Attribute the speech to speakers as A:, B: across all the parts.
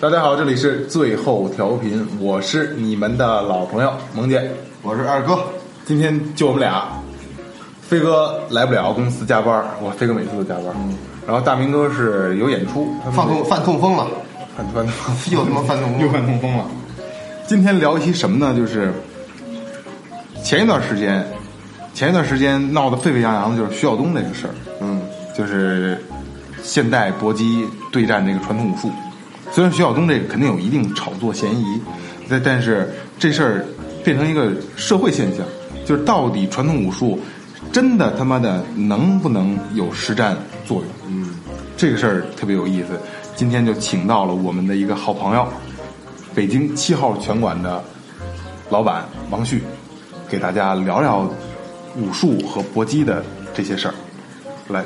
A: 大家好，这里是最后调频，我是你们的老朋友萌姐。
B: 我是二哥，
A: 今天就我们俩，飞哥来不了，公司加班儿，哇，飞哥每次都加班儿。
B: 嗯
A: 然后大明哥是有演出，他们
B: 犯痛犯痛风了，
A: 犯犯
B: 又他妈犯痛
A: 又
B: 风，
A: 犯痛风了。今天聊一期什么呢？就是前一段时间，前一段时间闹得沸沸扬扬的就是徐晓东那个事儿，
B: 嗯，
A: 就是现代搏击对战这个传统武术。虽然徐晓东这个肯定有一定炒作嫌疑，但但是这事儿变成一个社会现象，就是到底传统武术真的他妈的能不能有实战作用？嗯，这个事儿特别有意思。今天就请到了我们的一个好朋友，北京七号拳馆的老板王旭，给大家聊聊武术和搏击的这些事儿。来，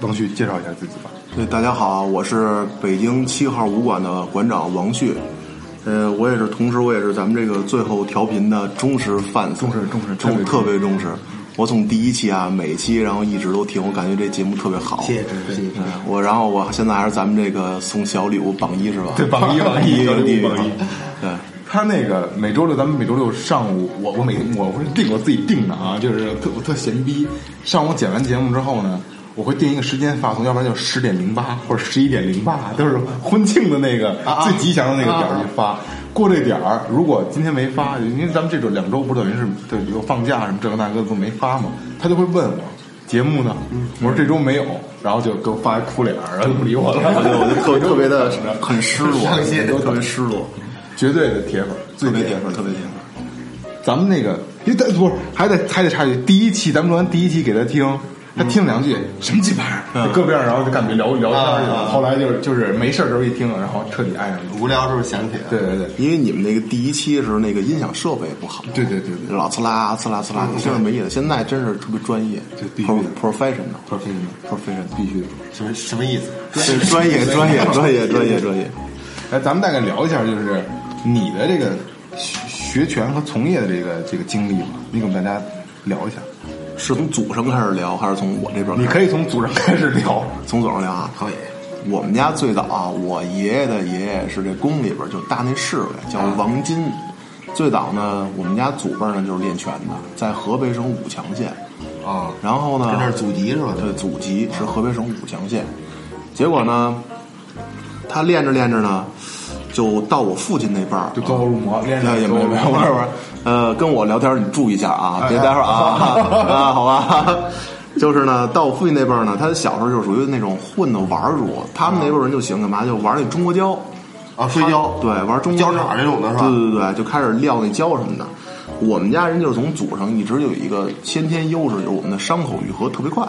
A: 王旭介绍一下自己吧。
C: 对，大家好，啊我是北京七号武馆的馆长王旭，呃，我也是，同时我也是咱们这个最后调频的忠实 fans，
A: 忠实忠实特别
C: 忠
A: 忠
C: 特
A: 实
C: 别忠实。我从第一期啊，每期然后一直都听，我感觉这节目特别好。
B: 谢谢支持，谢谢支持。
C: 嗯我然后我现在还是咱们这个送小礼物榜 一是吧？
A: 对榜一榜一小礼物榜一
C: 对，
A: 他那个每周六，咱们每周六上午，我我每我会定我自己定的啊，就是特我特闲逼。上午剪完节目之后呢，我会定一个时间发送，要不然就十点零八或者十一点零八，都是婚庆的那个、
B: 啊
A: 最吉祥的那个点儿去发。过这点儿，如果今天没发，因为咱们这周两周不是等于是对有放假什么这个那个的都没发嘛，他就会问我节目呢，我说这周没有，然后就给我发一哭脸儿，然后就不理我了。
C: 我就我就特别特别的很失落，
B: 伤心
C: 特别失落，
A: 绝对的铁粉，最
C: 特别
A: 铁
C: 铁粉，特别铁粉。
A: 咱们那个，因为他不是还得还得插一句，第一期咱们录完第一期给他听，他听了两句、什么鸡巴玩意儿，
C: 嗯
A: 搁边上然后就感觉聊聊天去了。
B: 啊啊啊
A: 后来就是就是没事儿的时候一听，然后彻底爱上了。
B: 无聊时候想起来，
A: 对对对
C: 因为你们那个第一期的时候，那个音响设备不好，
A: 对对对对
C: 老呲啦呲啦呲啦，听着没意思。现在真是特别专业
A: 这必须的
C: pro-，professional，
A: ，professional
C: professional，
A: 必须的。
B: 什么什么意思？
C: 对，专业专业专业专业专业。
A: 哎，咱们大概聊一下，就是你的这个学学拳和从业的这个这个经历吧，你给我们大家聊一下。
C: 是从祖上开始聊，还是从我这边？
A: 你可以从祖上开始聊，
C: 从祖上聊啊。
B: 可以，
C: 我们家最早啊，我爷爷的爷爷是这宫里边就搭那侍卫，叫王金。最早呢，我们家祖辈呢就是练拳的，在河北省武强县。
A: 啊，
C: 然后呢，
B: 跟这是祖籍是吧？
C: 对，祖籍是河北省武强县。结果呢，他练着练着呢，就到我父亲那辈儿，
A: 就走火入魔，练
C: 那
A: 练
C: 也没有没有，不是不是，呃，跟我聊天你注意一下啊，别
A: 哎
C: 待会儿啊
B: 哎
C: 啊，好吧。就是呢，到我父亲那辈儿呢，他小时候就属于那种混的玩儿主，他们那辈儿人就喜欢干嘛，就玩那中国胶，
B: 啊，摔跤，
C: 对，玩中国
B: 胶场这种的是吧？
C: 对对对，就开始撂那胶什么的。我们家人就是从祖上一直有一个先天优势，就是我们的伤口愈合特别快。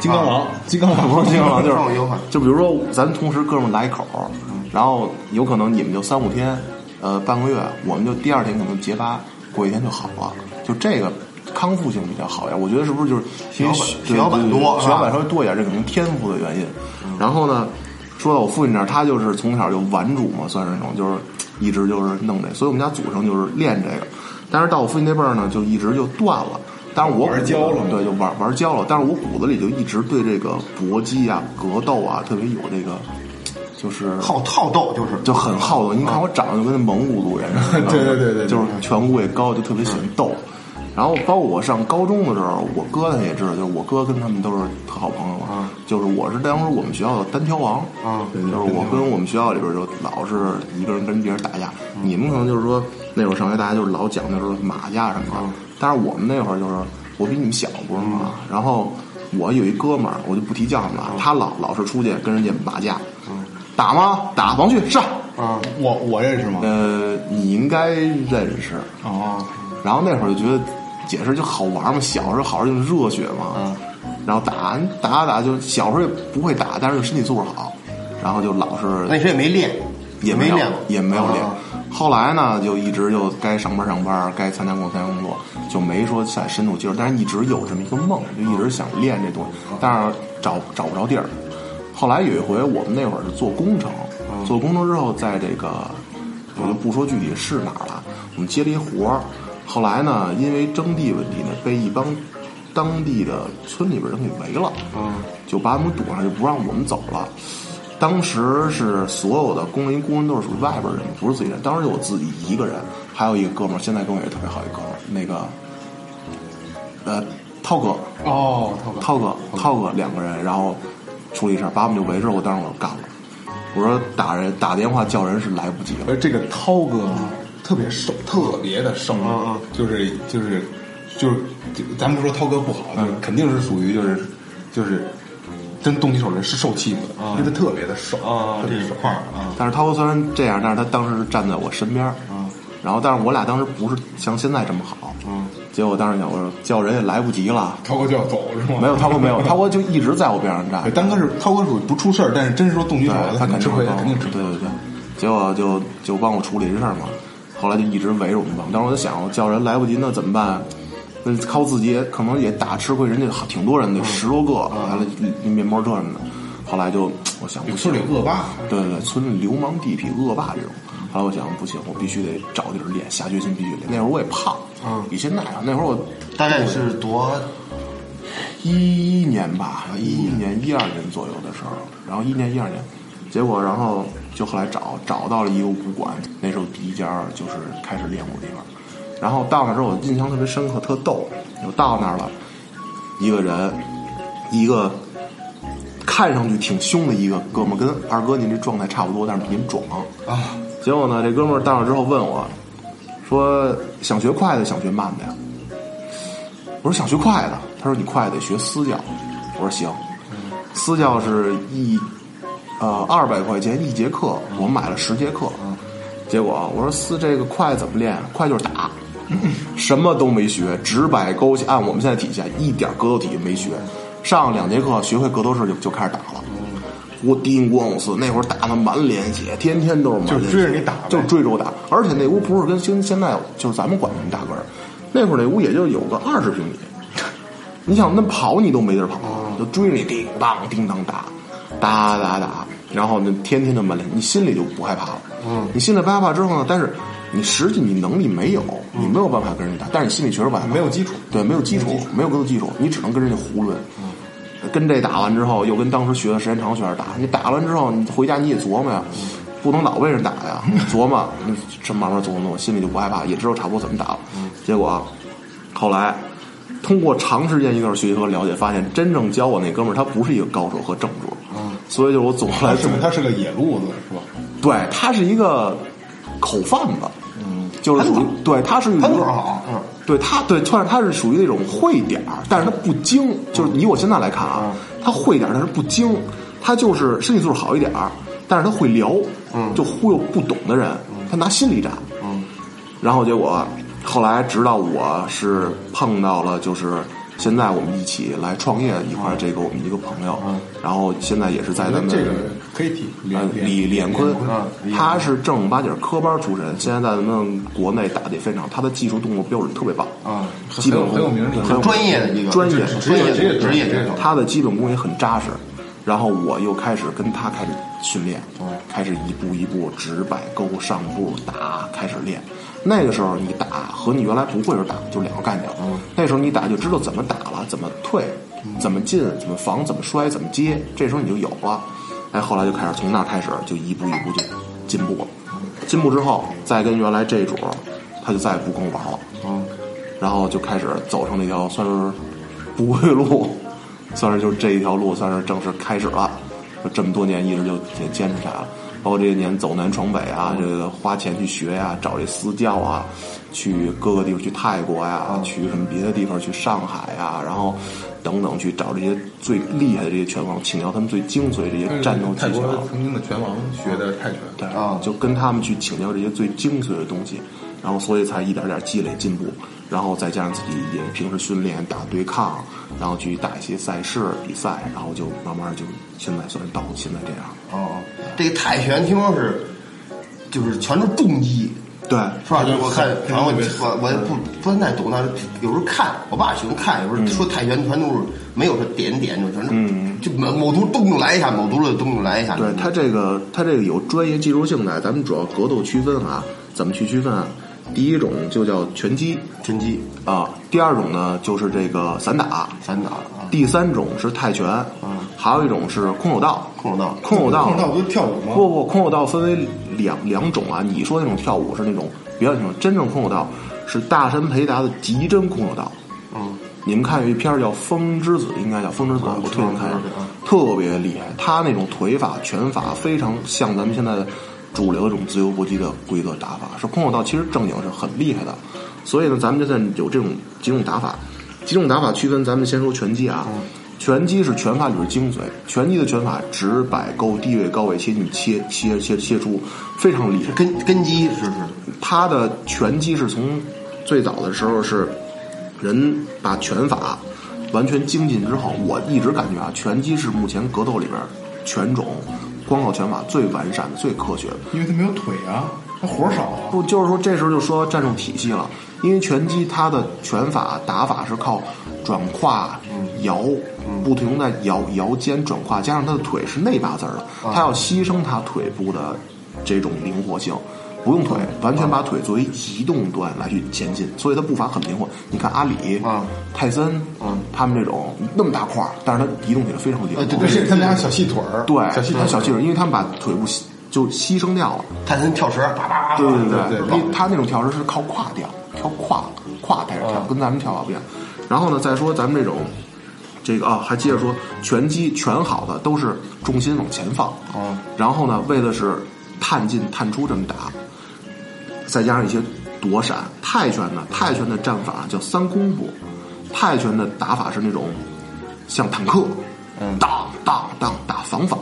A: 金刚狼，金刚狼
C: 不是经常就是
B: 上午优惠
C: 就比如说咱同时哥们儿来一口儿，然后有可能你们就三五天，呃半个月，我们就第二天可能结疤，过一天就好了，就这个康复性比较好一点。我觉得是不是就是因为
B: 血小板
C: 对对
B: 血小板
C: 对
B: 多
C: 血小板
B: 是吧
C: 稍微多一点，这可能天赋的原因。然后呢，说到我父亲那儿，他就是从小就玩主嘛，算是那种就是一直就是弄这，所以我们家祖上就是练这个。但是到我父亲那辈儿呢，就一直就断了。但是我
A: 玩焦了嘛
C: 对，就玩玩焦了。但是我骨子里就一直对这个搏击啊、格斗啊特别有这个，就是
B: 好好斗就是，
C: 就很好斗。你看我长得就跟那蒙古族人 似的，
A: 对对对对对
C: 就是颧骨也高，就特别喜欢斗。然后包括我上高中的时候，我哥他也知道，就是我哥跟他们都是特好朋友嘛。
A: 啊
C: 就是我是当时我们学校的单挑王，
A: 嗯
B: 啊
C: 对就是我跟我们学校里边就老是一个人跟别人打架。
A: 嗯
C: 你们可能就是说那会儿上学大家就是老讲究说马架什么
A: 嗯
C: 的，但是我们那会儿就是我比你们小不是吗？然后我有一哥们儿，我就不提叫什么
A: 嗯
C: 了，他老老是出去跟人家打架，打吗？打，王旭上。
B: 啊，
A: 我我认识吗？
C: 呃，你应该认识。
A: 哦，
C: 然后那会儿就觉得解释就好玩嘛，小时候好像就是热血嘛，然后打打打就小时候也不会打，但是身体素质好，然后就老是
B: 那时候也没练，
C: 也
B: 没
C: 有
B: 练过，
C: 也没有练
B: 啊。
C: 后来呢，就一直就该上班上班，该参加工作参加工作，就没说再深度接触。但是一直有这么一个梦，就一直想练这东西，
B: 啊
C: 但是找找不着地儿。后来有一回，我们那会儿是做工程，
B: 啊
C: 做工程之后，在这个我就不说具体是哪儿了，我们接了一活儿。后来呢，因为征地问题呢，被一帮当地的村里边人给围了，
B: 嗯
C: 就把我们堵上，就不让我们走了。当时是所有的工人，工人都是属于外边人，不是自己人。当时就我自己一个人，还有一个哥们儿，现在跟我也特别好一哥们儿，那个呃涛哥，
A: 哦，涛哥，
C: 涛哥，涛哥两个人，然后出了一事儿，把我们就围着我，当时我干了。我说打人打电话叫人是来不及了，
A: 而这个涛哥啊特别瘦，特别的瘦，
B: 嗯
A: 就是就是就是，就咱们不说涛哥不好，
C: 嗯
A: 就是肯定是属于就是就是真动起手来是受欺负的，
C: 嗯
A: 因为他特别的瘦，特别瘦啊，
C: 但是涛哥虽然这样，但是他当时是站在我身边，嗯，然后但是我俩当时不是像现在这么好，嗯，结果当时想我说叫人也来不及了，
A: 涛哥就要走是吗？
C: 没有涛哥没有，涛哥就一直在我边上 站
A: 对，，丹哥是涛哥属于不出事儿，但是真是说动起手来，
C: 对，他
A: 肯定吃
C: 定会
A: 亏，他肯定吃亏。
C: 对对对，结果就就帮我处理这事儿嘛，后来就一直围着我们帮。当时我就想，我叫人来不及，那怎么办？那靠自己可能也打吃亏，人家挺多
A: 嗯
C: 人的，十多个，完了面包车什么的。后来就我想不行
A: 村里，有恶霸，
C: 对对对，村里流氓地痞恶霸这种。后来我想不行，我必须得找地儿练，下决心必须练。那会儿我也胖，
B: 嗯
C: 比现在啊，那会儿我
B: 大概是多
C: 一一年吧，一一年一二年左右的时候，然后一年一二年，结果然后就后来找找到了一个武馆，那时候第一家就是开始练武的地方。然后到那之后，我印象特别深刻，特逗。我到那儿了，一个人，一个看上去挺凶的一个哥们儿，跟二哥您这状态差不多，但是比您壮
A: 啊。
C: 结果呢，这哥们儿到那之后问我，说想学快的，想学慢的呀？我说想学快的，他说你快得学私教。我说行，私教是一呃二百块钱一节课，我买了十节课。
A: 嗯
C: 结果我说私这个快怎么练？快就是打， 什么都没学，直摆勾起，按我们现在体系啊一点格斗体也没学。上两节课学会格斗式就就开始打了，我叮咣五四，那会儿打的满脸血，天天都是满脸血
A: 就追着你打呗
C: 就追着我打。而且那屋不是跟现现在就是咱们管那么大个儿，那会儿那屋也就有个二十平米。你想那跑你都没地儿跑，
A: 哦
C: 就追着你叮当叮当打，打打打，然后呢天天就满脸，你心里就不害怕了。嗯，你心里不害怕之后呢，但是你实际你能力没有，你没有办法跟人家打，但是你心里确实不害怕，
A: 没有基础
C: 对，没有基础，嗯没有格斗基础，你只能跟人家胡抡。呃跟这打完之后，又跟当时学的时间长学着打。你打完之后，你回家你也琢磨呀，不能老被人打呀，琢磨，嗯这慢慢琢磨琢磨，心里就不害怕，也知道差不多怎么打了。结果啊后来通过长时间一段学习和了解，发现真正教我那哥们儿他不是一个高手和正主，所嗯以就是我总后来
A: 他是不是他是个野路子是吧？
C: 对他是一个口贩子，嗯，就是属于对他是
B: 他就是
C: 啊
B: 好，嗯，
C: 对他，对，虽然他是属于那种会点儿，但是他不精。就是以我现在来看
A: 嗯
C: 啊，他会点儿，但是不精。他就是身体素质好一点儿，但是他会聊，嗯，就忽悠不懂的人，他拿心理战，嗯。然后结果后来直到我是碰到了，就是现在我们一起来创业一块儿这个我们一个朋友，然后现在也是在
A: 嗯哎那
C: 咱们
A: 这个可以提
C: 呃，李李彦坤，
A: 啊
C: 他是正儿八经儿科班出身，现在在咱们国内打的也非常，他的技术动作标准特别棒
A: 啊
C: 基本功
A: 很有很有名儿
C: 对
A: 很
C: 很有
B: 专业的一个
C: 嗯专业
B: 职
A: 职业职
B: 业
A: 业
B: 职业
A: 职业
B: 选手，
C: 他的基本功也很扎实。然后我又开始跟他开始训练，开始一步一步直摆勾上步打，开始练。那个时候你打和你原来不会时候打就两个概念了。那时候你打就知道怎么打了，怎么退，怎么进，怎么防，怎么摔，怎么接，这时候你就有了。哎，后来就开始从那开始就一步一步就进步了。进步之后再跟原来这主，他就再也不跟我玩了。然后就开始走上那条算是不归路， 算是就是这一条路算是正式开始了。就这么多年一直就也坚持下来了，包括这些年走南闯北啊，这个花钱去学呀、找这私教啊，去各个地方，去泰国呀、去什么别的地方，去上海呀、然后等等去找这些最厉害的这些拳王，请教他们最精髓这些战斗技
A: 嗯泰国
C: 巧。
A: 曾经的拳王学的泰拳，
C: 对
B: 啊
C: 就跟他们去请教这些最精髓的东西，然后所以才一点点积累进步，然后再加上自己也平时训练打对抗，然后去打一些赛事比赛，然后就慢慢就现在算是到现在这样。
B: 哦，这个泰拳听说是就是全是重击，
C: 对，
B: 是吧？我看，
A: 对
B: 反正我
A: 对
B: 我我也不不太懂，但是有时候看，我爸喜欢看，有时候说泰拳全都是没有说点点，就全是就某某图动就来一下，某图的动就来一下。
C: 对它这个它这个有专业技术性的，咱们主要格斗区分啊，怎么去区分啊？第一种就叫拳击
B: 拳击、
C: 啊，第二种呢就是这个散打，
B: 散打啊，
C: 第三种是泰拳，还有一种是空手道。
B: 空手道，
C: 空手道，
A: 空手道不就跳舞吗？
C: 不不，空手道分为两两种啊。你说那种跳舞是那种比较那种真正空手道，是大山培达的极真空手道。
B: 嗯，
C: 你们看有一片儿叫《风之子》，应该叫《风之子》，我推荐看
B: 知道知道，
C: 特别厉害。他那种腿法、拳法非常像咱们现在的主流这种自由搏击的规则打法，是空手道其实正经是很厉害的。所以呢，咱们就在有这种几种打法，几种打法区分，咱们先说拳击啊。拳击是拳法里边精髓，拳击的拳法直摆勾低位高位切进切切切切出，非常厉害。
B: 根根基是是，
C: 他的拳击是从最早的时候是人把拳法完全精进之后，我一直感觉啊，拳击是目前格斗里边拳种光靠拳法最完善的、最科学的。
A: 因为他没有腿啊，他活儿少啊。
C: 不就是说这时候就说战术体系了，因为拳击它的拳法打法是靠转胯、
B: 嗯
C: 摇，不停的摇摇肩转胯，加上他的腿是内八字儿的，
B: 啊
C: 他要牺牲他腿部的这种灵活性。不用腿，完全
B: 啊
C: 把腿作为移动端来去前进，所以他步伐很灵活。你看阿里、
B: 啊
C: 泰森，他们这种那么大块儿，但是他移动起来非常灵活。
B: 呃对
A: 而且他俩小细腿
B: 嗯
A: 儿，
C: 对，
A: 小细腿
C: 他
A: 儿，
C: 小细腿儿，因为他们把腿部牺就牺牲掉了。
B: 泰森跳绳，叭叭叭叭，
C: 对
A: 对啊对啊
C: 因为他那种跳绳是靠胯跳，跳胯胯带着跳，跟咱们跳法不一样。然后呢，再说咱们这种这个啊，还接着说拳击拳好的都是重心往前放，
B: 哦
C: 然后呢，为的是探进探出这么打，再加上一些躲闪。泰拳呢，泰拳的战法叫三公步，泰拳的打法是那种像坦克，嗯，当当当打防反。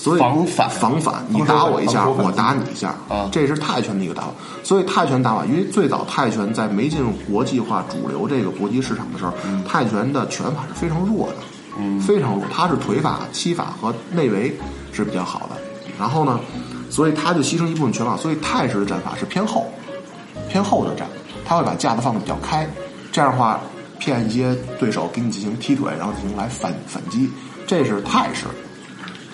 C: 所以
B: 防反
C: 防反，你打我一下，
A: 哦防守反
C: 我打你一下，
B: 啊
C: 这是泰拳的一个打法。所以泰拳打法，因为最早泰拳在没进入国际化主流这个搏击市场的时候，泰拳的拳法是非常弱的，非常弱，它是腿法、膝法和内围是比较好的。然后呢，所以它就牺牲一部分拳法，所以泰式的战法是偏后，偏后的站，他会把架子放得比较开，这样的话骗一些对手给你进行踢腿，然后进行来反反击，这是泰式。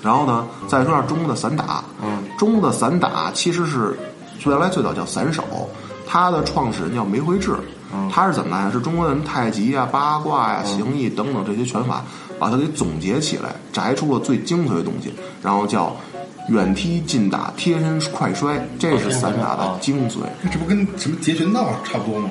C: 然后呢，再说下中国的散打，嗯，中国的散打其实是原来最早叫散手，它的创始人叫梅辉志，他是怎么来的？是中国人太极啊、八卦呀、形意等等这些拳法，把它给总结起来，摘出了最精髓的东西，然后叫。远踢、近打、贴身快摔，这是散打的精髓。
A: 那这不跟什么截拳道差不多吗？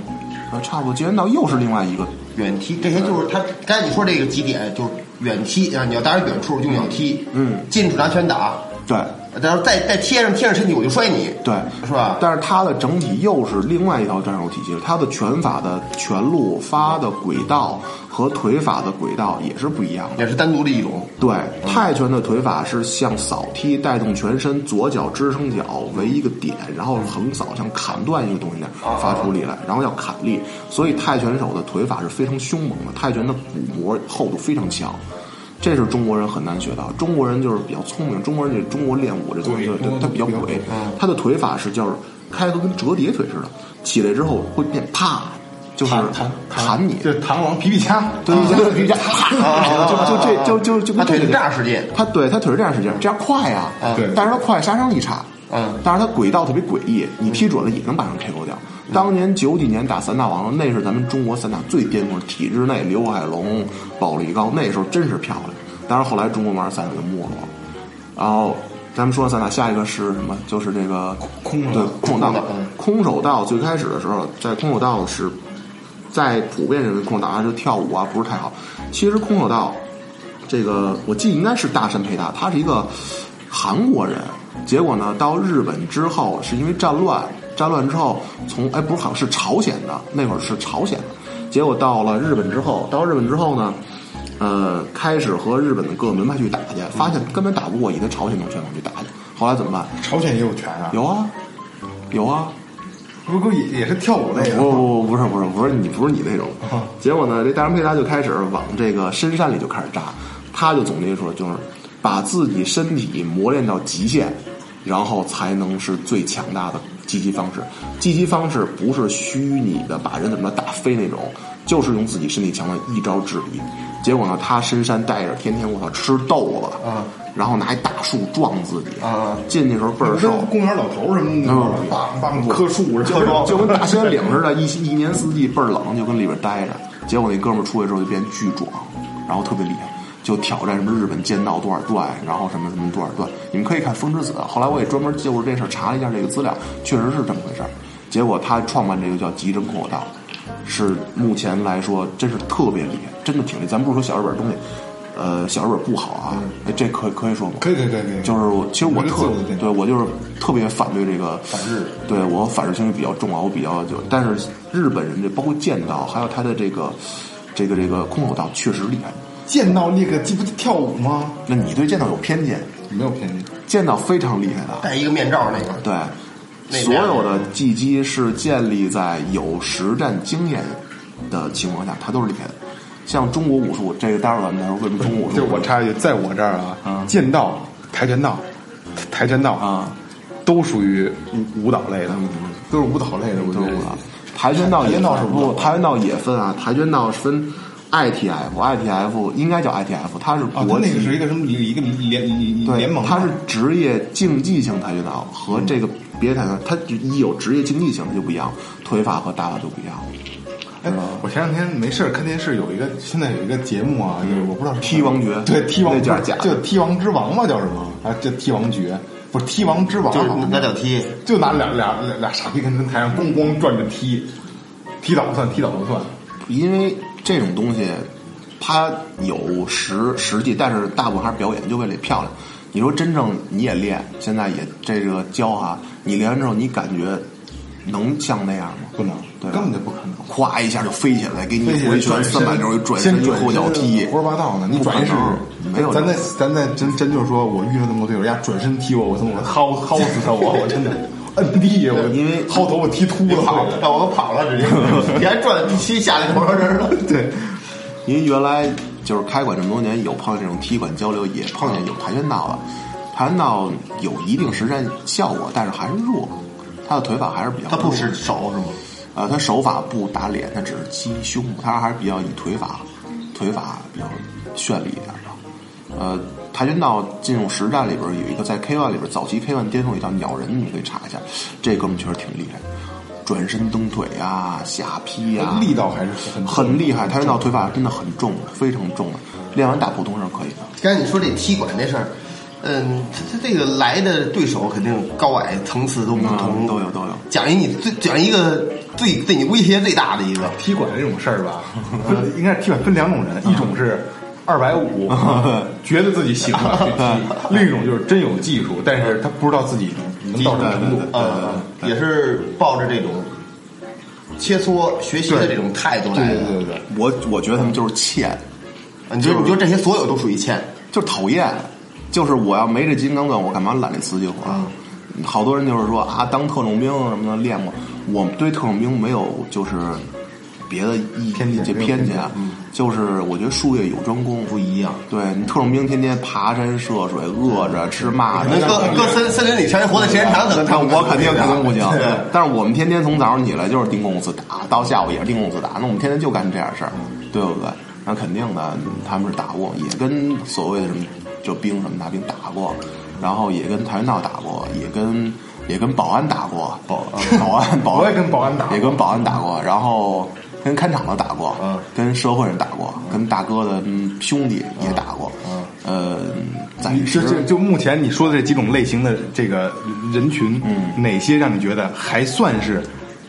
C: 啊，差不多，截拳道又是另外一个，
B: 远踢，这些就是他刚才你说这个几点，就是远踢啊，你要打远处用脚踢，
C: 嗯，
B: 近处拿拳打，
C: 对
B: 然后再再贴上贴上身体我就摔你，
C: 对，
B: 是吧？
C: 但是它的整体又是另外一套战术体系了，它的拳法的拳路发的轨道和腿法的轨道也是不一样的。
B: 也是单独的一种，
C: 对，泰拳的腿法是像扫踢，带动全身，左脚支撑脚为一个点，然后横扫，像砍断一个东西那
A: 啊
C: 样发出力来，然后叫砍力。所以泰拳手的腿法是非常凶猛的，泰拳的骨膜厚度非常强。这是中国人很难学到，中国人就是比较聪明，中国人这中国练武这东西
A: 对
C: 就
A: 中国
C: 他比较
A: 比较嗯
C: 鬼
A: 鬼，
C: 他的腿法是叫开合跟折叠腿似的，起来之后会变啪，就是
A: 弹
C: 弹你，
A: 这螳螂皮皮虾，
C: 对对对，比较
A: 啊
C: 就就这就就就
B: 他
C: 跟
B: 腿
C: 这
B: 是
C: 个
B: 这样使劲，
C: 他对他腿是这样使劲，这样快呀、
B: 嗯
A: 对
C: 但是他快杀伤力差，
B: 嗯
C: 但是他轨道特别诡异，你踢准了也能把人 KO 掉。当年九几年打散打王，那是咱们中国散打最巅峰，体制内刘海龙、保利高，那时候真是漂亮。当然后来中国玩散打就没落了。然后咱们说散打下一个是什么？就是这个
A: 空手
C: 对
A: 道
C: 空
B: 空
C: 手道
B: 手道嗯。
C: 空手道最开始的时候，在空手道是在普遍认为空手道啊，就跳舞啊不是太好。其实空手道这个我记得应该是大山培达，他是一个韩国人。结果呢，到日本之后是因为战乱，战乱之后从哎不是好是朝鲜的，那会儿是朝鲜的。结果到了日本之后，到日本之后呢，呃，开始和日本的各个门派去打去，发现根本打不过，也跟朝鲜那种拳法去打去。后来怎么办？
A: 朝鲜也有拳啊，
C: 有啊，有啊，
A: 不过也也是跳舞类的啊
C: 不不不，不是不是不是你不是你那种。
B: 哦
C: 结果呢，这大人佩达就开始往这个深山里就开始扎，他就总结说，就是把自己身体磨练到极限，然后才能是最强大的积极方式。积极方式不是虚拟的把人怎么着打飞那种，就是用自己身体强的一招制敌。结果呢，他深山带着天天我操吃豆子，
B: 嗯
C: 然后拿一大树撞自己
B: 啊
C: 进去的时候倍儿
A: 不是
C: 瘦，
A: 公园老头儿什么
C: 嗯
A: 的，帮帮棵树是吧
C: 就就跟大兴岭似的，一一年四季倍儿冷，就跟里边待着。结果那哥们儿出去之后就变巨壮，然后特别厉害，就挑战什么日本剑道多少段，然后什么什么多少段。你们可以看《风之子》，后来我也专门就着这事儿查了一下这个资料，确实是这么回事儿。结果他创办这个叫极真空手道，是目前来说真是特别厉害，真的挺厉害。咱不是说小日本东西，呃，小日本不好啊，哎，这可以可以说吗？
A: 嗯可以可以可以可以，
C: 就是我，其实我
A: 有一个
C: 特
A: 自我的见解
C: 对我就是特别反对这个反
A: 日，
C: 对我反日情绪比较重啊，我比较就，但是日本人这包括剑道，还有他的这个这个这个空手道确实厉害。
A: 见到那个鸡不就跳舞吗？
C: 那你对剑道有偏见？
A: 没有偏见，
C: 剑道非常厉害的，
B: 戴一个面罩那个，
C: 对，
B: 那
C: 所
B: 边
C: 有的技击是建立在有实战经验的情况下，他都是厉害的。像中国武术，这个待会儿咱们再说为什么中国武术。
A: 就是我插一句，在我这儿
C: 嗯
A: 啊，剑道、跆拳道、跆拳道
C: 啊，
A: 都属于舞舞蹈类的，都是舞蹈类的，我觉
C: 对
A: 得。
C: 跆拳道
A: 跆
C: 也
A: 拳道啊是
C: 不
A: 不，
C: 跆拳道也分啊，跆拳道是分 ITF，ITF 应该叫 ITF，它是
A: 啊，他
C: 国
A: 那
C: 际
A: 个是一个什么一个联
C: 对
A: 联盟，啊
C: 它是职业竞技性跆拳道和这个别的跆拳道，它一有职业竞技性它就不一样，腿法和打法就不一样。
A: 哎，我前两天没事儿看电视，有一个现在有一个节目啊，就是我不知道是
C: 踢王爵
A: 对，踢王
C: 那叫假的
A: 就踢王之王嘛，叫什么啊？叫踢王爵，不是踢王之王，啊
B: 就是拿脚踢，
A: 就拿俩俩俩俩傻逼跟跟台上咣咣转着踢，踢倒不算，踢倒不算。
C: 因为这种东西，它有实实际，但是大部分还是表演，就为了漂亮。你说真正你也练，现在也这个教啊，你练完之后，你感觉能像那样吗？
A: 不能
C: 对吧
A: 根本就不可能
C: 咵一下就飞起来，给你
A: 飞起来
C: 回旋
A: 转身
C: 三百六，转
A: 先
C: 身一
A: 转
C: 后脚
A: 身
C: 踢，
A: 胡说八道呢！你
C: 不可
A: 转
C: 能
A: 身试
C: 没有
A: 试？咱再咱再真真就是说，我遇上那么多队友，人家转身踢我，我他妈我薅薅死他，我我 真的摁地，我
C: 因为
A: 薅头发踢秃
B: 你
A: 了，
B: 跑了，让我都跑了，直接，你还转第七下来头上这儿了，
A: 对。
C: 因为原来就是开馆这么多年，有碰见这种踢馆交流，也碰见有跆拳道的。跆拳道有一定实战效果，但是还是弱，他的腿法还是比较
B: 他
C: 弱。
B: 不使手是吗？
C: 呃，他手法不打脸，他只是击胸，他还是比较以腿法，腿法比较绚丽一点的。呃，跆拳道进入实战里边有一个在 K ONE 里边早期 K ONE 巅峰也叫鸟人，你们可以查一下，这哥们确实挺厉害的，转身蹬腿啊，下劈啊，
A: 力道还是很
C: 很厉害。跆拳道腿法真的很重，非常重的，练完打普通是可以的。
B: 刚才你说这踢馆这事儿，嗯，他他这个来的对手肯定高矮层次都不同，
C: 嗯都有都有
B: 讲一你最讲一个最对你威胁最大的一个，
A: 踢馆这种事 儿吧，呃应该是踢馆分两种
C: 啊
A: 人，一种是二百五，觉得自己行了 去踢；另一种就是真有技术，但是他不知道自己能到什么程度啊
C: 对对。对
B: 嗯，也是抱着这种切磋学习的这种态度
A: 啊对
B: 来的。
A: 对对对，
C: 我我觉得他们就是欠，
B: 啊你觉得你觉得这些所有都属于欠？
C: 就是讨厌，就是我要没这金刚钻，我干嘛揽这瓷器活啊？
A: 嗯
C: 好多人就是说啊，当特种兵什么的练过，我对特种兵没有就是别的意
A: 偏见
C: 这
A: 没有
C: 偏
A: 偏见
C: 见
A: 嗯
C: 啊，就是我觉得术业有专攻，不一样。对你特种兵天天爬山涉水，饿着
A: 哎
C: 吃蚂
B: 可能
C: 蚱。
B: 搁搁森森林里全活的时间长，可能
C: 但我肯定肯
B: 看
C: 定不 行
B: 对，
C: 但是我们天天从早上起来就是盯公司打，到下午也是盯公司打，那我们天天就干这点事儿，
A: 嗯
C: 对不对？那肯定的，他们是打过，也跟所谓的什么就兵什么大兵打过，然后也跟跆拳道打过，也跟也跟保安打过， 保保安保安
A: 我也跟保安打过
C: 也跟保安打过，然后跟看场的打过，
B: 嗯
C: 跟社会人打过，跟大哥的嗯兄弟也打过，
A: 嗯
C: 呃，暂时
A: 就就就目前你说的这几种类型的这个人群，哪些让你觉得还算是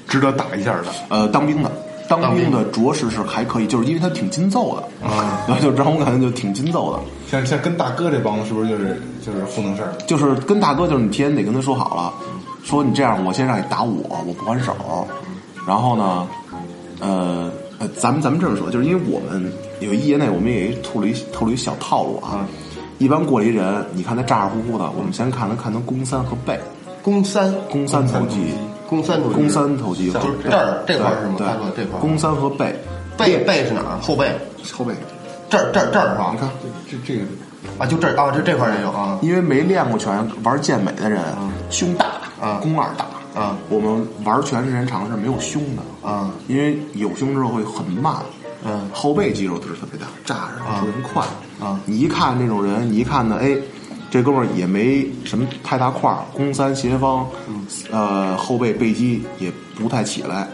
A: 值得打一下的？
C: 呃，当兵的，当
B: 当
C: 兵
B: 兵
C: 的着实是还可以，就是因为他挺筋揍的，啊， 然后就让我感觉就挺筋揍的，
A: 像像跟大哥这帮子，是不是就是就是糊弄事儿？
C: 就是跟大哥就是你提前得跟他说好了，说你这样，我先让你打我，我不还手，然后呢，呃，呃咱们咱们这么说，就是因为我们有一业内，我们也透露一透露一小套路
B: 嗯
C: 啊，一般过来一人，你看他咋咋呼呼的，我们先看他看他肱三和背，
B: 肱三，
C: 肱三头肌，
B: 肱三头肌，
C: 肱三头肌，
B: 就是这儿这块儿是吗？
C: 对
B: 看错这块儿，
C: 肱三和背，
B: 背背是哪儿？后背，
C: 后背。
B: 这儿这儿这儿是吧？
C: 你看，
A: 这这个
B: 啊，就这儿啊，就这块儿也有啊。
C: 因为没练过拳，玩健美的人胸大
B: 啊，
C: 肱二大
B: 啊。
C: 我们玩拳时间长是没有胸的
B: 啊，
C: 因为有胸之后会很慢，
B: 嗯
C: 后背肌肉不是特别大，炸着特别快
B: 啊
C: 你一看这种人，你一看呢，哎，这哥们儿也没什么太大块儿，肱三斜方，呃，后背背肌也不太起来，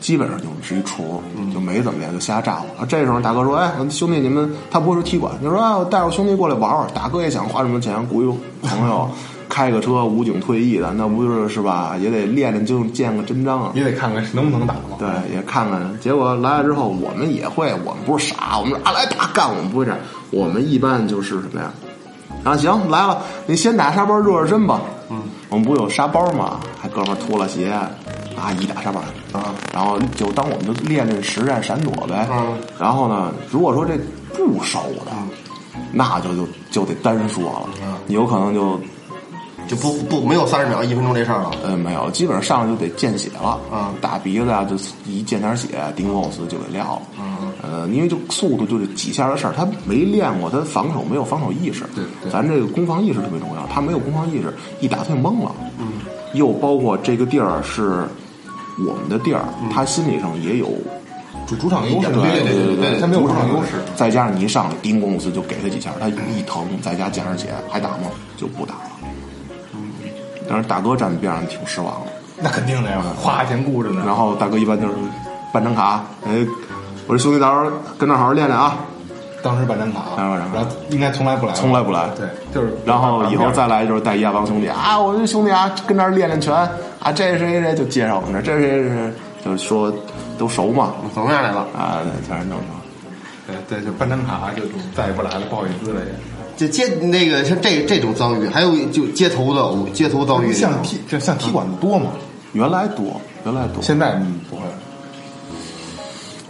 C: 基本上就是一厨，就没怎么练，就瞎炸呼。啊，这时候大哥说：“哎，兄弟，你们他不会说踢馆，你说啊，我带我兄弟过来玩玩。大哥也想花什么钱，雇一朋友开个车，武警退役的，那不就是是吧？也得练练，就见个真章啊。”
A: 也得看看能不能打嘛。
C: 对，也看看。结果来了之后，我们也会，我们不是傻，我们啊来打干，我们不会这样。我们一般就是什么呀？啊，行，来了，你先打沙包热热身吧。嗯，我们不有沙包吗？还哥们儿脱了鞋，啊，一打沙包啊，然后就当我们就练练实战闪躲呗。
B: 嗯，
C: 然后呢，如果说这不熟的，那就就就得单说了，你有可能就
B: 就不不没有三十秒、一分钟这事儿了。
C: 呃，没有，基本上上来就得见血了。
B: 嗯
C: 大鼻子啊，就一见点血，顶口子就给撂了。嗯，呃，因为就速度就是几下的事儿，他没练过，他防守没有防守意识。
A: 对对
C: 咱这个攻防意识特别重要，他没有攻防意识，一打他就懵了。嗯，又包括这个地儿是我们的地儿，他心理上也有。呃
A: 主主场优势，
B: 对对对对对
A: 他没有主场优势。
C: 再加上你一上来，丁公司就给他几下，他一疼，再加见点血，还打吗？就不打了。但是大哥站边上挺失望的。
A: 那肯定的呀，花钱雇着呢。
C: 然后大哥一般就是办张卡，哎，我说兄弟，到时候跟那儿好好练练啊。
A: 当时办张卡，
C: 当时办张卡
A: 然后应该从来不来，
C: 从来不来
A: 对，就是。
C: 然后以后再来就是带一大帮兄弟啊，我这兄弟啊，跟那儿练练拳啊，这是谁谁谁就介绍我们这儿，这是谁谁谁，就是说都熟嘛
B: 你怎么样来了？
C: 啊，全是弄熟。
A: 对对，就办张卡就再也不来了，不好意思了也。
B: 这街那个像这这种遭遇，还有就街头的我街头遭遇那种，
A: 像踢这像踢馆子多吗？
C: 原来多，原来多，
A: 现在嗯不会了。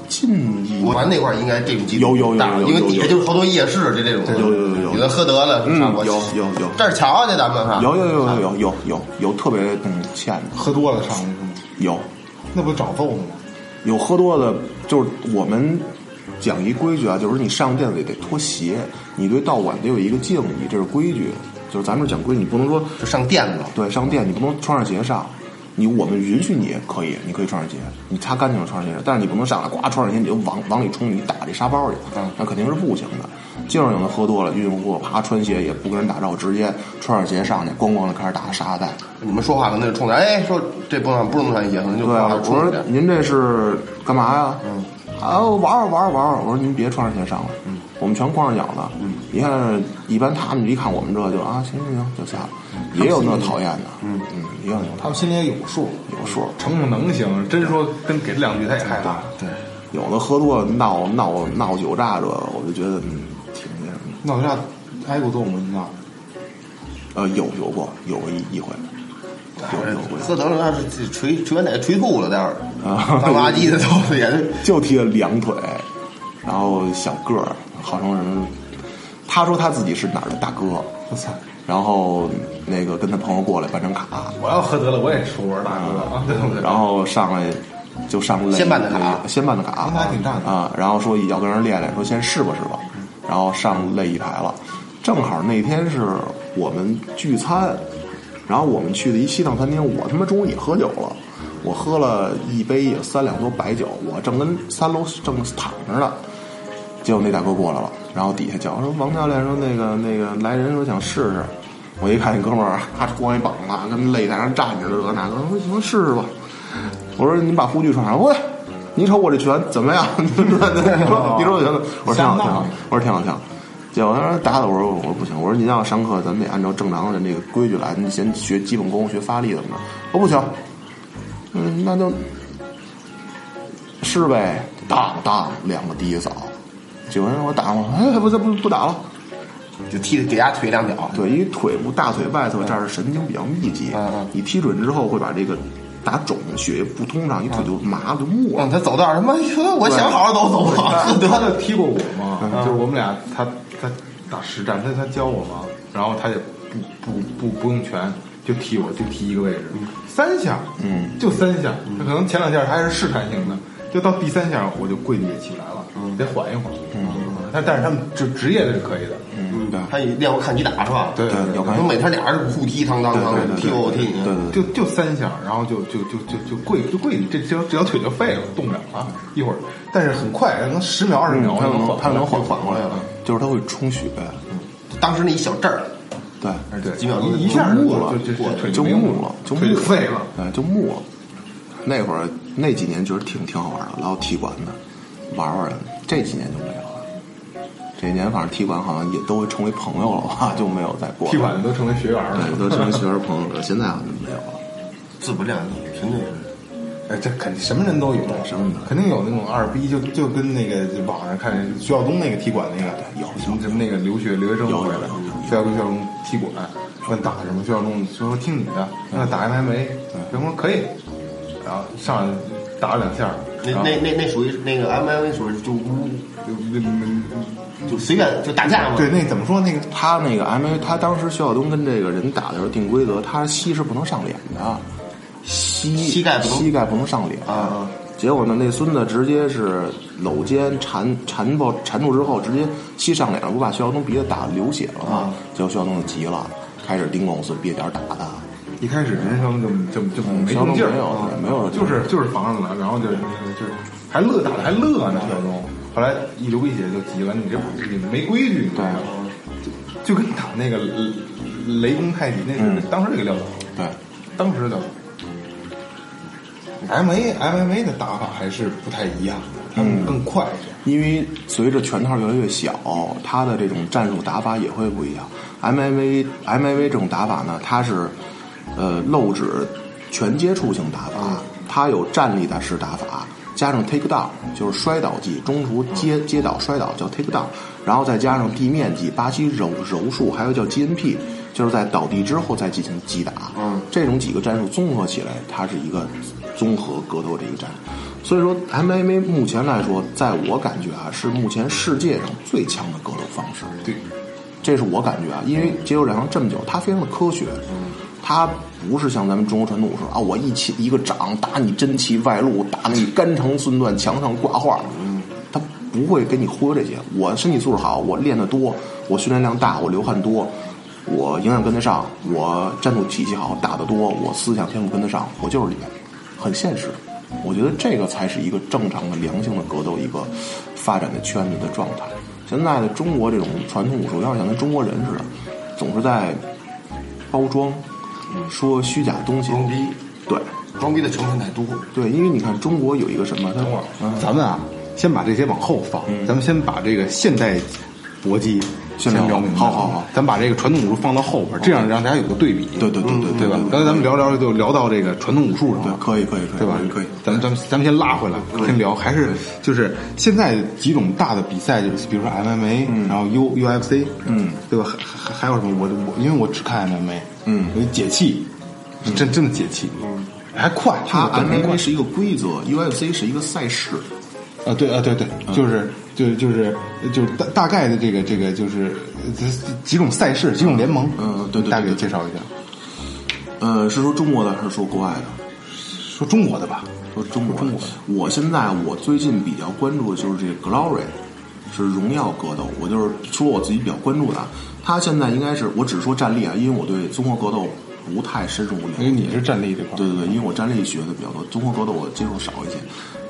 C: 近一
B: 我们那块儿应该这种机
C: 有
B: 会
C: 有有
B: 大
C: 有有
B: 因为
C: 有
B: 底下
C: 有
B: 就是好多夜市这这种，
C: 有有有有
B: 有的喝得了，
C: 嗯
B: 上过
C: 有有有
B: 这儿瞧瞧去咱们啊哈，
C: 有有有有有有有有特别懂欠的，
A: 喝多了上去是吗？
C: 有
A: 那不找揍呢吗？
C: 有喝多的，就是我们讲一规矩啊，就是你上店里得脱鞋，你对道馆得有一个敬意，这是规矩。就是咱们讲规矩，你不能说
B: 就上店子了，
C: 对上店你不能穿上鞋上，你我们允许你可以，你可以穿上鞋，你擦干净了穿上鞋，但是你不能上来呱穿上鞋你就往 往里冲，你打这沙包去，嗯那肯定是不行的。经常有的喝多了晕乎，啪穿鞋也不跟人打招呼，直接穿上鞋上去，咣咣的开始打沙袋。
B: 你们说话可能就冲着哎说这不能不能穿鞋，可能就
C: 对啊，我
B: 冲着
C: 说
B: 点。
C: 您这是干嘛呀？嗯，啊，玩儿玩儿玩儿玩儿。我说您别穿上鞋上了，嗯，我们全光着脚的。嗯，你看，一般他们一看我们这就啊，行行行，就下了。也有那讨厌的，嗯嗯，也有那
A: 他
C: 讨
A: 们心里也有数，
C: 有数。
A: 成不能行，真说跟给他两句他也害怕。
C: 对，有的喝多了闹闹闹酒炸这，我就觉得嗯挺那什么的。
A: 闹一下挨过揍吗？你那
C: 呃，有有过，有过一一回，有有过。
B: 喝得了，那是捶捶完得捶吐了，待会儿
C: 啊
B: 脏垃圾的都也是
C: 就踢了两腿，然后小个儿，号称什么？他说他自己是哪儿的大哥，
A: 我操！
C: 然后那个跟他朋友过来办张卡，
A: 我要喝得了，我也说大哥啊，对不对？
C: 然后上来就上来
B: 先办的卡
C: 先办的卡，
A: 那还挺大的
C: 啊。然后说要跟人练练，说先试吧试吧，然后上擂一台了。正好那天是我们聚餐，然后我们去的一西藏餐厅，我他妈中午也喝酒了，我喝了一杯也三两多白酒，我正跟三楼正躺着呢。结果那大哥过来了，然后底下叫说王教练说那个那个来人说想试试，我一看那哥们儿啊他光一膀子跟擂台上站着这个那个，我说行试试吧。我说你把护具穿上，我你瞅我这拳怎么样？ 你说你说我 拳，我说挺好挺好，我说挺好挺好。结果他说打打我说我说不行，我说您要上课咱们得按照正常的那个规矩来，你先学基本功学发力怎么的，我不行，嗯那就是呗，当当两个第一扫，九人我打吗？哎，不不不打了。
B: 就踢给伢腿两脚，
C: 对，因为腿部大腿外侧这儿神经比较密集
B: 嗯嗯，
C: 你踢准之后会把这个打肿，血液不通畅，你腿就麻就木
B: 让
A: 嗯
C: 了。
B: 他走道儿，他妈我想好好走走吧，喝得
A: 啊他
B: 了
A: 就踢过我嘛，就是我们俩，他他打实战，他他教我嘛，然后他也不不不不用拳，就踢我，就踢一个位置，三下，
C: 嗯，
A: 就三下，他可能前两下还是试探性的，就到第三下我就跪地也起不来了，得缓一缓，嗯，但但是他们就职业的是可以的，
C: 嗯，对，
B: 他也练过看你打是吧？
A: 对对
C: 有
B: 我说每天俩人互踢，当当当
C: 对对，对
B: 踢我我踢你，
C: 对对对，
A: 就就三下，然后就就就就就跪就跪地，这这条这条腿就废了，动不了了，一会儿，但是很快，可能十秒二十秒
C: 嗯他
A: 就
C: 能
A: 缓
C: 他能
A: 就
C: 缓
A: 缓
C: 过来
A: 了。，
C: 就是他会充血。
B: 当时那一小阵儿，
C: 对，
A: 对，
B: 几秒钟
A: 一一下就
C: 木了
A: 就就腿
C: 就
A: 没有
C: 木了，就木
A: 腿就废了。
C: 对，就木了。那会儿那几年觉得挺挺好玩的，老踢馆的玩玩的，这几年就没有了。这几年反正踢馆好像也都成为朋友了吧， 就没有再过了
A: 踢馆的都成为学员
C: 对，
A: 了。
C: 我都成为学员朋友了，现在好像就没有了。
B: 自不量力，真的是。
A: 哎，这肯定什么人都有，
C: 什么人都有
A: 肯定有那种二逼，就就跟那个就网上看徐晓东那个踢馆那个，
C: 有
A: 什么什么那个留学留学生
C: 有嗯
A: 回来的
C: 有有，
A: 非要跟徐晓东踢馆，问打什么，徐晓东就说听你的，那打 MMA，人说可以，然后上来打了两下，
B: 那
A: 然后
B: 那那那属于那个 M L V 属于就
A: 就就
B: 就随便就打架嘛。
A: 对，那怎么说那个
C: 他那个 M A，他当时徐晓东跟这个人打的时候定规则，他膝是不能上脸的，膝
B: 膝盖不能
C: 膝盖不能上脸
B: 啊。
C: 结果呢，那孙子直接是搂肩缠缠抱缠住之后，直接膝上脸了，不把徐晓东鼻子打流血了吗？结果徐晓东就急了，开始叮咣五四蹩脚打他。
A: 一开始人生就就就没
C: 小
A: 动
C: 东
A: 劲儿，
C: 没有
A: 啊
C: 没有
A: 就是就是防着了，然后就是就是还乐打的还乐呢，小东。后来一流鼻血就急了，你这你没规矩，你知道吗就就跟打那个雷雷公太极那是
C: 嗯
A: 当时这个料子，
C: 对，
A: 当时的料子。M A M M A 的打法还是不太一样的，他
C: 嗯
A: 们更快一点。
C: 因为随着拳套越来越小，他的这种战术打法也会不一样。MMA MMA 这种打法呢，它是呃漏指全接触性打法，它有站立的式打法，加上 take down 就是摔倒技，中途接接倒摔倒叫 take down，然后再加上地面技，巴西柔柔术，还有叫 GNP，就是在倒地之后再进行击打。
B: 嗯
C: 这种几个战术综合起来，它是一个综合格斗这一战。所以说，MMA 目前来说，在我感觉啊，是目前世界上最强的格斗方式。
A: 对，
C: 这是我感觉啊，因为接受战场这么久，它非常的科学，它不是像咱们中国传统武术啊，我一起一个掌打你真气外露，打你肝肠寸断，墙上挂画，它不会给你忽悠这些。我身体素质好，我练得多，我训练量大，我流汗多。我营养跟得上，我战术体系好，打得多，我思想天赋跟得上，我就是厉害，很现实。我觉得这个才是一个正常的、良性的格斗一个发展的圈子的状态。现在的中国这种传统武术，要是像咱中国人似的，总是在包装，
A: 嗯
C: 说虚假的东西，
B: 装逼，
C: 对
B: 装逼的成分太多。
C: 对，因为你看中国有一个什么，它
A: 等会儿
C: 嗯
A: 咱们啊，先把这些往后放，咱们先把这个现代搏击
C: 先
A: 先
C: 聊
A: 聊明白。
C: 好好好，
A: 咱把这个传统武术放到后边，这样让大家有个对比。
C: 哦对对对对
A: 嗯对吧？刚才咱们聊聊就聊到这个传统武术上
C: 对
A: 了，，
C: 可以可以可以，
A: 对吧
C: 可以？可以，
A: 咱们咱们咱们先拉回来，先聊，还是就是现在几种大的比赛，就是比如说 MMA，、然后 U UFC，
C: 嗯，
A: 对吧？还还还有什么？我我因为我只看 MMA，
C: 嗯
A: 我解气，真真的解气，还快，
C: 它
A: 这个本身快
C: MMA 是一个规则，UFC 是一个赛事。
A: 啊，对啊，对对，就是就是就是就是大大概的这个这个就是呃这这几种赛事，几种联盟，
C: 嗯对对对
A: 大概
C: 对
A: 介绍一下，
C: 呃，是说中国的还是说国外的？
A: 说中国的吧，
C: 说中国的，我现在我最近比较关注的就是这个 Glory，是荣耀格斗。我就是说我自己比较关注的啊，他现在应该是我只说战力啊，因为我对综合格斗不太深入了
A: 因为哎
C: 解。
A: 你是战力这块，
C: 对对对，因为我战力学的比较多，综合格斗我接触少一些。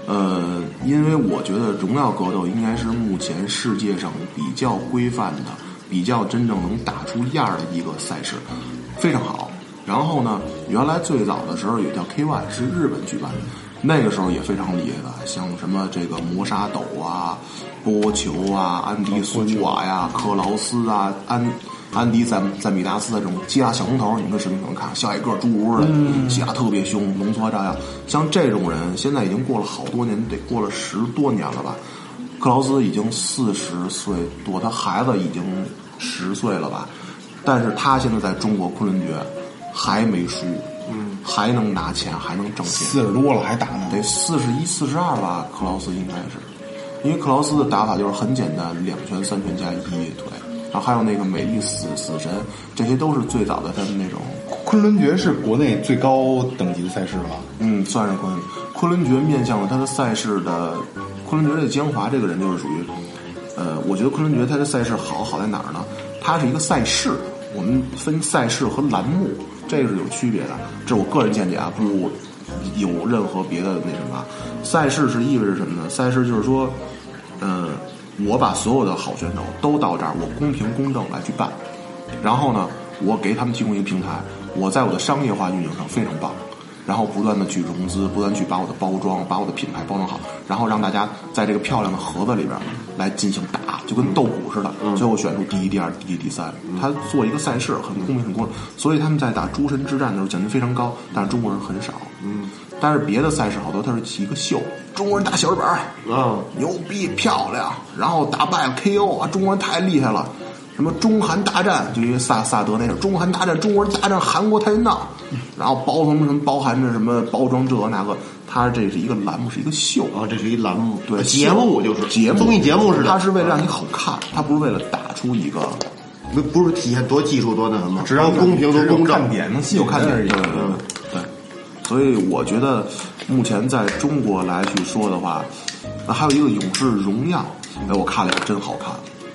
C: 呃，因为我觉得荣耀格斗应该是目前世界上比较规范的、比较真正能打出样儿的一个赛事，非常好。然后呢，原来最早的时候也叫 K ONE，是日本举办的，那个时候也非常厉害的，像什么这个磨砂斗啊、波球啊、安迪苏瓦呀、克劳斯啊、安安迪赞赞比达斯的这种希腊小红头，你们视频可能看，小矮个儿侏儒似的，希腊特别凶，浓缩炸药。像这种人，现在已经过了好多年，得过了十多年了吧？克劳斯已经四十岁多，他孩子已经十岁了吧？但是他现在在中国昆仑决还没输，嗯，还能拿钱，还能挣钱。
A: 四十多了还打呢，
C: 得四十一、四十二吧，克劳斯应该是，因为克劳斯的打法就是很简单，两拳、三拳加一腿，然后还有那个美丽死死神，这些都是最早的他们那种，
A: 昆仑决是国内最高等级的赛事吧？
C: 嗯，算是昆昆仑决面向了他的赛事的昆仑决的江华这个人就是属于，呃，我觉得昆仑决他的赛事好好在哪儿呢？它是一个赛事，我们分赛事和栏目，这是有区别的，这是我个人见解啊，不有任何别的那什么啊。赛事是意味着什么呢？赛事就是说，呃，我把所有的好选手都到这儿，我公平公正来去办。然后呢，我给他们提供一个平台，我在我的商业化运营上非常棒，然后不断的去融资，不断地去把我的包装、把我的品牌包装好，然后让大家在这个漂亮的盒子里边来进行打，就跟斗鼓似的，最后选出第一、第二、第一、第三。他做一个赛事很公平、很公正，所以他们在打诸神之战的时候奖金非常高，但是中国人很少。嗯，但是别的赛事好多它是一个秀，中国人打小日本儿，
B: 啊，
C: 牛逼漂亮，然后打败 KO 啊，中国人太厉害了。什么中韩大战，就因为萨萨德那是中韩大战，中国人大战韩国跆拳道，然后包什么什么包含着什么包装这个那个，它这是一个栏目，是一个秀，
B: 啊，这是一栏目，
C: 对
B: 节目就是
C: 节目
B: 综艺节目似的，
C: 它是为了让你好看，它不是为了打出一个
B: 不不是体现多技术多那什么，
A: 只要
B: 公平多公
A: 看
B: 正，
A: 点能吸
C: 有
A: 引
C: 看
A: 人
C: 点
A: 而
C: 对
A: 已。
C: 对对对，所以我觉得目前在中国来去说的话，那还有一个《勇士荣耀》，哎，我看了一个真好看。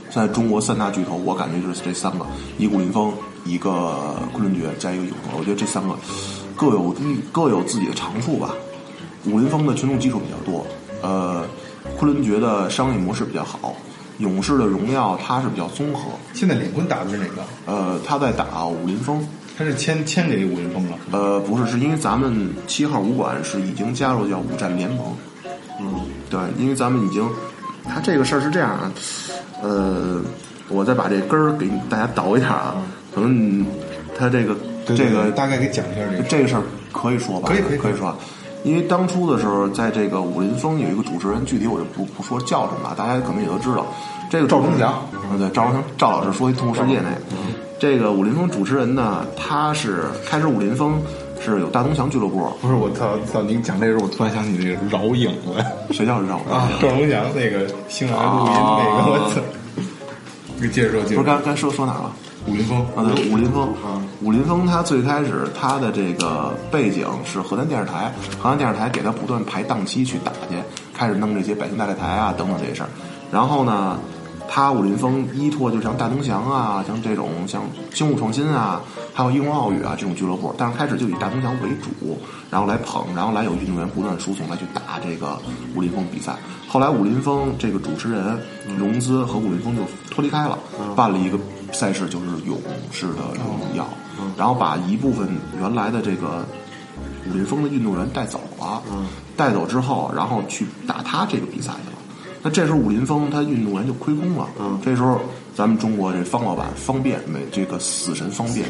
C: 现在中国三大巨头，我感觉就是这三个：一古林峰，一个昆仑决，加一个勇士。我觉得这三个各有嗯各有自己的长处吧。武林风的群众基础比较多，呃，昆仑决的商业模式比较好，勇士的荣耀它是比较综合，
A: 现在领quân打的是哪个？
C: 呃，他在打武林风，
A: 他是签签给武云峰了。
C: 呃，不是，是因为咱们七号武馆是已经加入叫五战联盟。嗯，对，因为咱们已经，他这个事儿是这样啊，呃，我再把这根儿给大家倒一下啊，可能他这个
A: 嗯对对
C: 这个
A: 对大概给讲一下这个。
C: 这个事儿可以说吧？
A: 可以可以
C: 可以说。因为当初的时候，在这个武林峰有一个主持人，具体我就不不说叫什么了，大家可能也都知道。这个
A: 赵忠祥嗯
C: 嗯，对，赵忠祥赵老师说《一通世界》那个，这个武林峰主持人呢，他是开始武林峰是有大东祥俱乐部，
A: 不是我操操！你讲这个时候，我突然想起这个饶颖了
C: 谁叫绕
A: 啊， 赵忠祥那个新来录音那个，我操！你接着说，接着说
C: 不是刚才说说哪儿了？
A: 武云峰
C: 啊，对，武林峰，武林峰他最开始他的这个背景是河南电视台，河南电视台给他不断排档期去打去，开始弄这些百姓大擂台啊等等这些事儿。然后呢，他武林峰依托就像大东祥啊，像这种像精武创新啊，还有英文奥语啊这种俱乐部，但是开始就以大东祥为主，然后来捧，然后来有运动员不断输送来去打这个武林峰比赛。后来武林峰这个主持人融资和武林峰就脱离开了，办了一个赛事，就是勇士的荣耀，然后把一部分原来的这个武林峰的运动员带走了，带走之后，然后去打他这个比赛去了。那这时候武林峰他运动员就亏空了，这时候咱们中国这方老板方便美这个死神方便，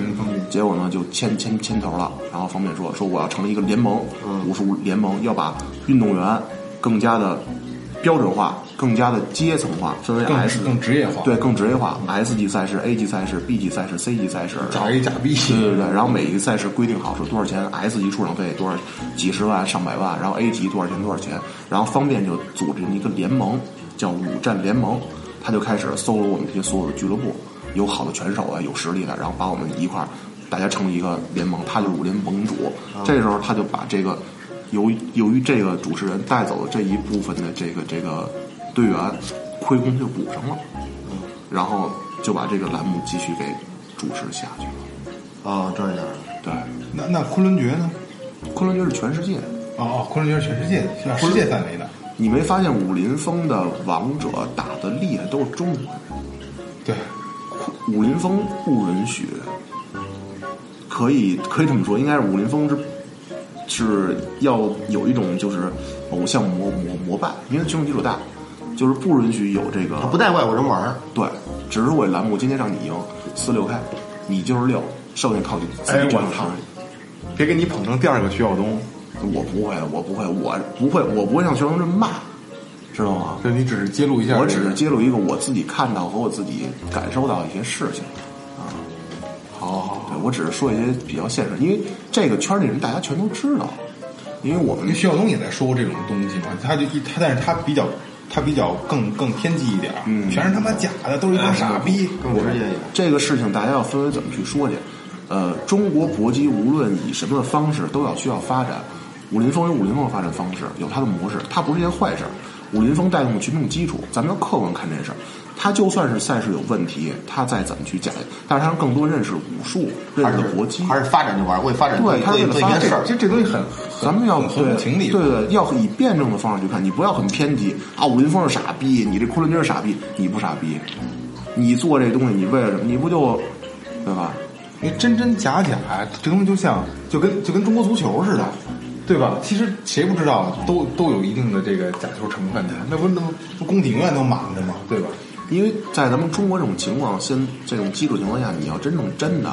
C: 结果呢就牵牵牵头了，然后方便说说我要成立一个联盟，武术联盟要把运动员更加的标准化，更加的阶层化，分为
A: 更
C: S
A: 更职业化，
C: 对，更职业化，S 级赛事、A 级赛事、B 级赛事、C 级赛事，
A: 假 A 假 B
C: 对对对，然后每一个赛事规定好是多少钱，S 级出场费多少，几十万、上百万，然后 A 级多少钱多少钱，然后方便就组织一个联盟，叫五战联盟，他就开始搜罗我们这些所有的俱乐部，有好的拳手啊，有实力的，然后把我们一块儿大家成立一个联盟，他就是武林盟主，这时候他就把这个。由于由于这个主持人带走的这一部分的这个这个队员，亏空就补上了，然后就把这个栏目继续给主持下去了。
B: 啊，这样，
C: 对，
A: 那那昆仑决呢？
C: 昆仑决是全世界，
A: 哦哦，昆仑决是全世界的，是世界范围的。
C: 你没发现武林风的王者打的厉害都是中国人？
A: 对，
C: 武林风不允许，可以可以这么说，应该是武林风是是要有一种就是偶像膜膜膜拜，因为群众基础大，就是不允许有这个
B: 他不带外国人玩儿，
C: 对，只是我栏目今天让你赢四六开，你就是六，剩下靠你自己
A: 哎我
C: 这种
A: 操
C: 实力
A: 别给你捧成第二个徐晓东，
C: 我不会，我不会，我不会，我不会像学生这么骂，知道吗？
A: 就你只是揭露一下这个。
C: 我只是揭露一个我自己看到和我自己感受到的一些事情，啊，好，好，对我只是说一些比较现实，因为这个圈里人大家全都知道，因为我
A: 因为
C: 们
A: 徐晓东也在说过这种东西嘛，他就一他，但是他比较他比较更更偏激一点儿，
C: 嗯
A: 全是他妈假的，都是一帮傻逼。
B: 更
A: 我
B: 直接一点。
C: 这个事情大家要分为怎么去说去。呃，中国搏击无论以什么方式都要需要发展。武林风有武林风的发展方式，有它的模式，它不是一件坏事儿。武林风带动了群众基础，咱们要客观看这事儿。它就算是赛事有问题，它再怎么去讲，但是它让更多认识武术，认
B: 还
C: 识
B: 是
C: 搏击，
B: 还是发展就玩儿，为发展
C: 对他
B: 做一
C: 为了
B: 做一
C: 发
B: 件
C: 展
B: 事儿
A: 其。实这东西很，
C: 咱们要
A: 很
C: 对
A: 合乎情理。
C: 对对，要以辩证的方式去看，你不要很偏激啊！武林风是傻逼，你这昆仑军是傻逼，你不傻逼，你做这东西你为了什么？你不就对吧？
A: 因为真真假假，这东西就像就跟就跟中国足球似的，对吧？其实谁不知道都都有一定的这个假球成分的，那不那不不宫廷啊都满着嘛，对吧？
C: 因为在咱们中国这种情况，先这种基础情况下，你要真弄真的，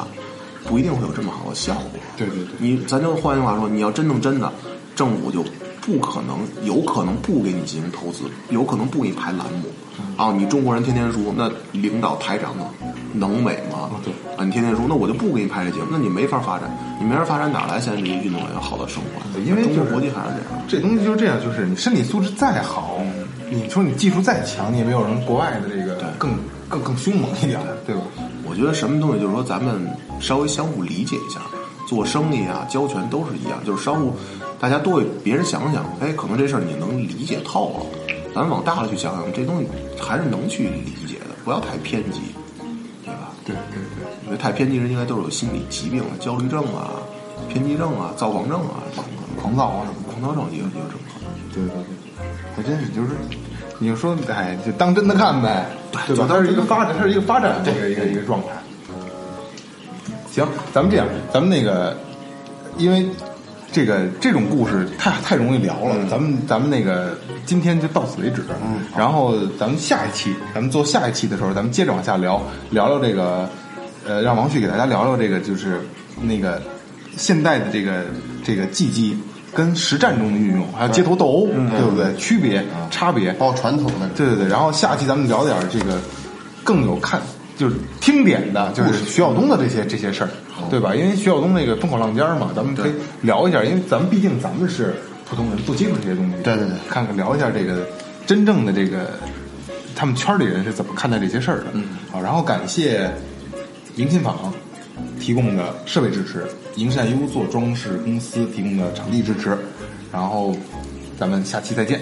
C: 不一定会有这么好的效果。
A: 对对对
C: 你咱就换句话说，你要真弄真的，政府就不可能，有可能不给你进行投资，有可能不给你排栏目。
A: 嗯
C: 啊，你中国人天天说，那领导台长呢，能美吗？
A: 哦对
C: 啊，你天天说，那我就不给你排这节目，那你没法发展，你没法发展，哪来现在这些运动员好的生活？
A: 因为
C: 中国
A: 就是
C: 国际还是这样。
A: 这东西就是这样，就是你身体素质再好，你说你技术再强，你也没有人国外的这个更更更凶猛一点，对吧？
C: 我觉得什么东西就是说咱们稍微相互理解一下，做生意啊、交权都是一样，就是商务，大家多为别人想想，哎，可能这事儿你能理解透了。咱往大了去想想，这东西还是能去理解的，不要太偏激，对吧？
A: 对对对。
C: 因为太偏激人应该都是有心理疾病的，焦虑症啊、偏激症啊、躁狂症啊，这种可能
A: 狂躁啊什么
C: 狂躁症也有也有这种可能。
A: 对对对，还真是就是，你就说哎，就当真的看呗，对吧？它是一个发展，它是一个发展的一个一个一个状态。行，咱们这样，咱们那个，因为这个这种故事太太容易聊了，咱们咱们那个今天就到此为止。嗯，然后咱们下一期，咱们做下一期的时候，咱们接着往下聊，聊聊这个，呃，让王旭给大家聊聊这个，就是那个现代的这个这个技技跟实战中的运用，还有街头斗殴，对不对？区别差别，
B: 包括传统的
A: 对对对，然后下期咱们聊点儿这个更有看，就是听点的，就是徐晓东的这些这些事儿，对吧？因为徐晓东那个风口浪尖儿嘛，咱们可以聊一下，因为咱们毕竟咱们是普通人，不接触这些东西，
B: 对对对
A: 看看聊一下这个真正的这个他们圈里人是怎么看待这些事儿的，嗯，好，然后感谢迎新坊提供的设备支持，营善优做装饰公司提供的场地支持，然后咱们下期再见，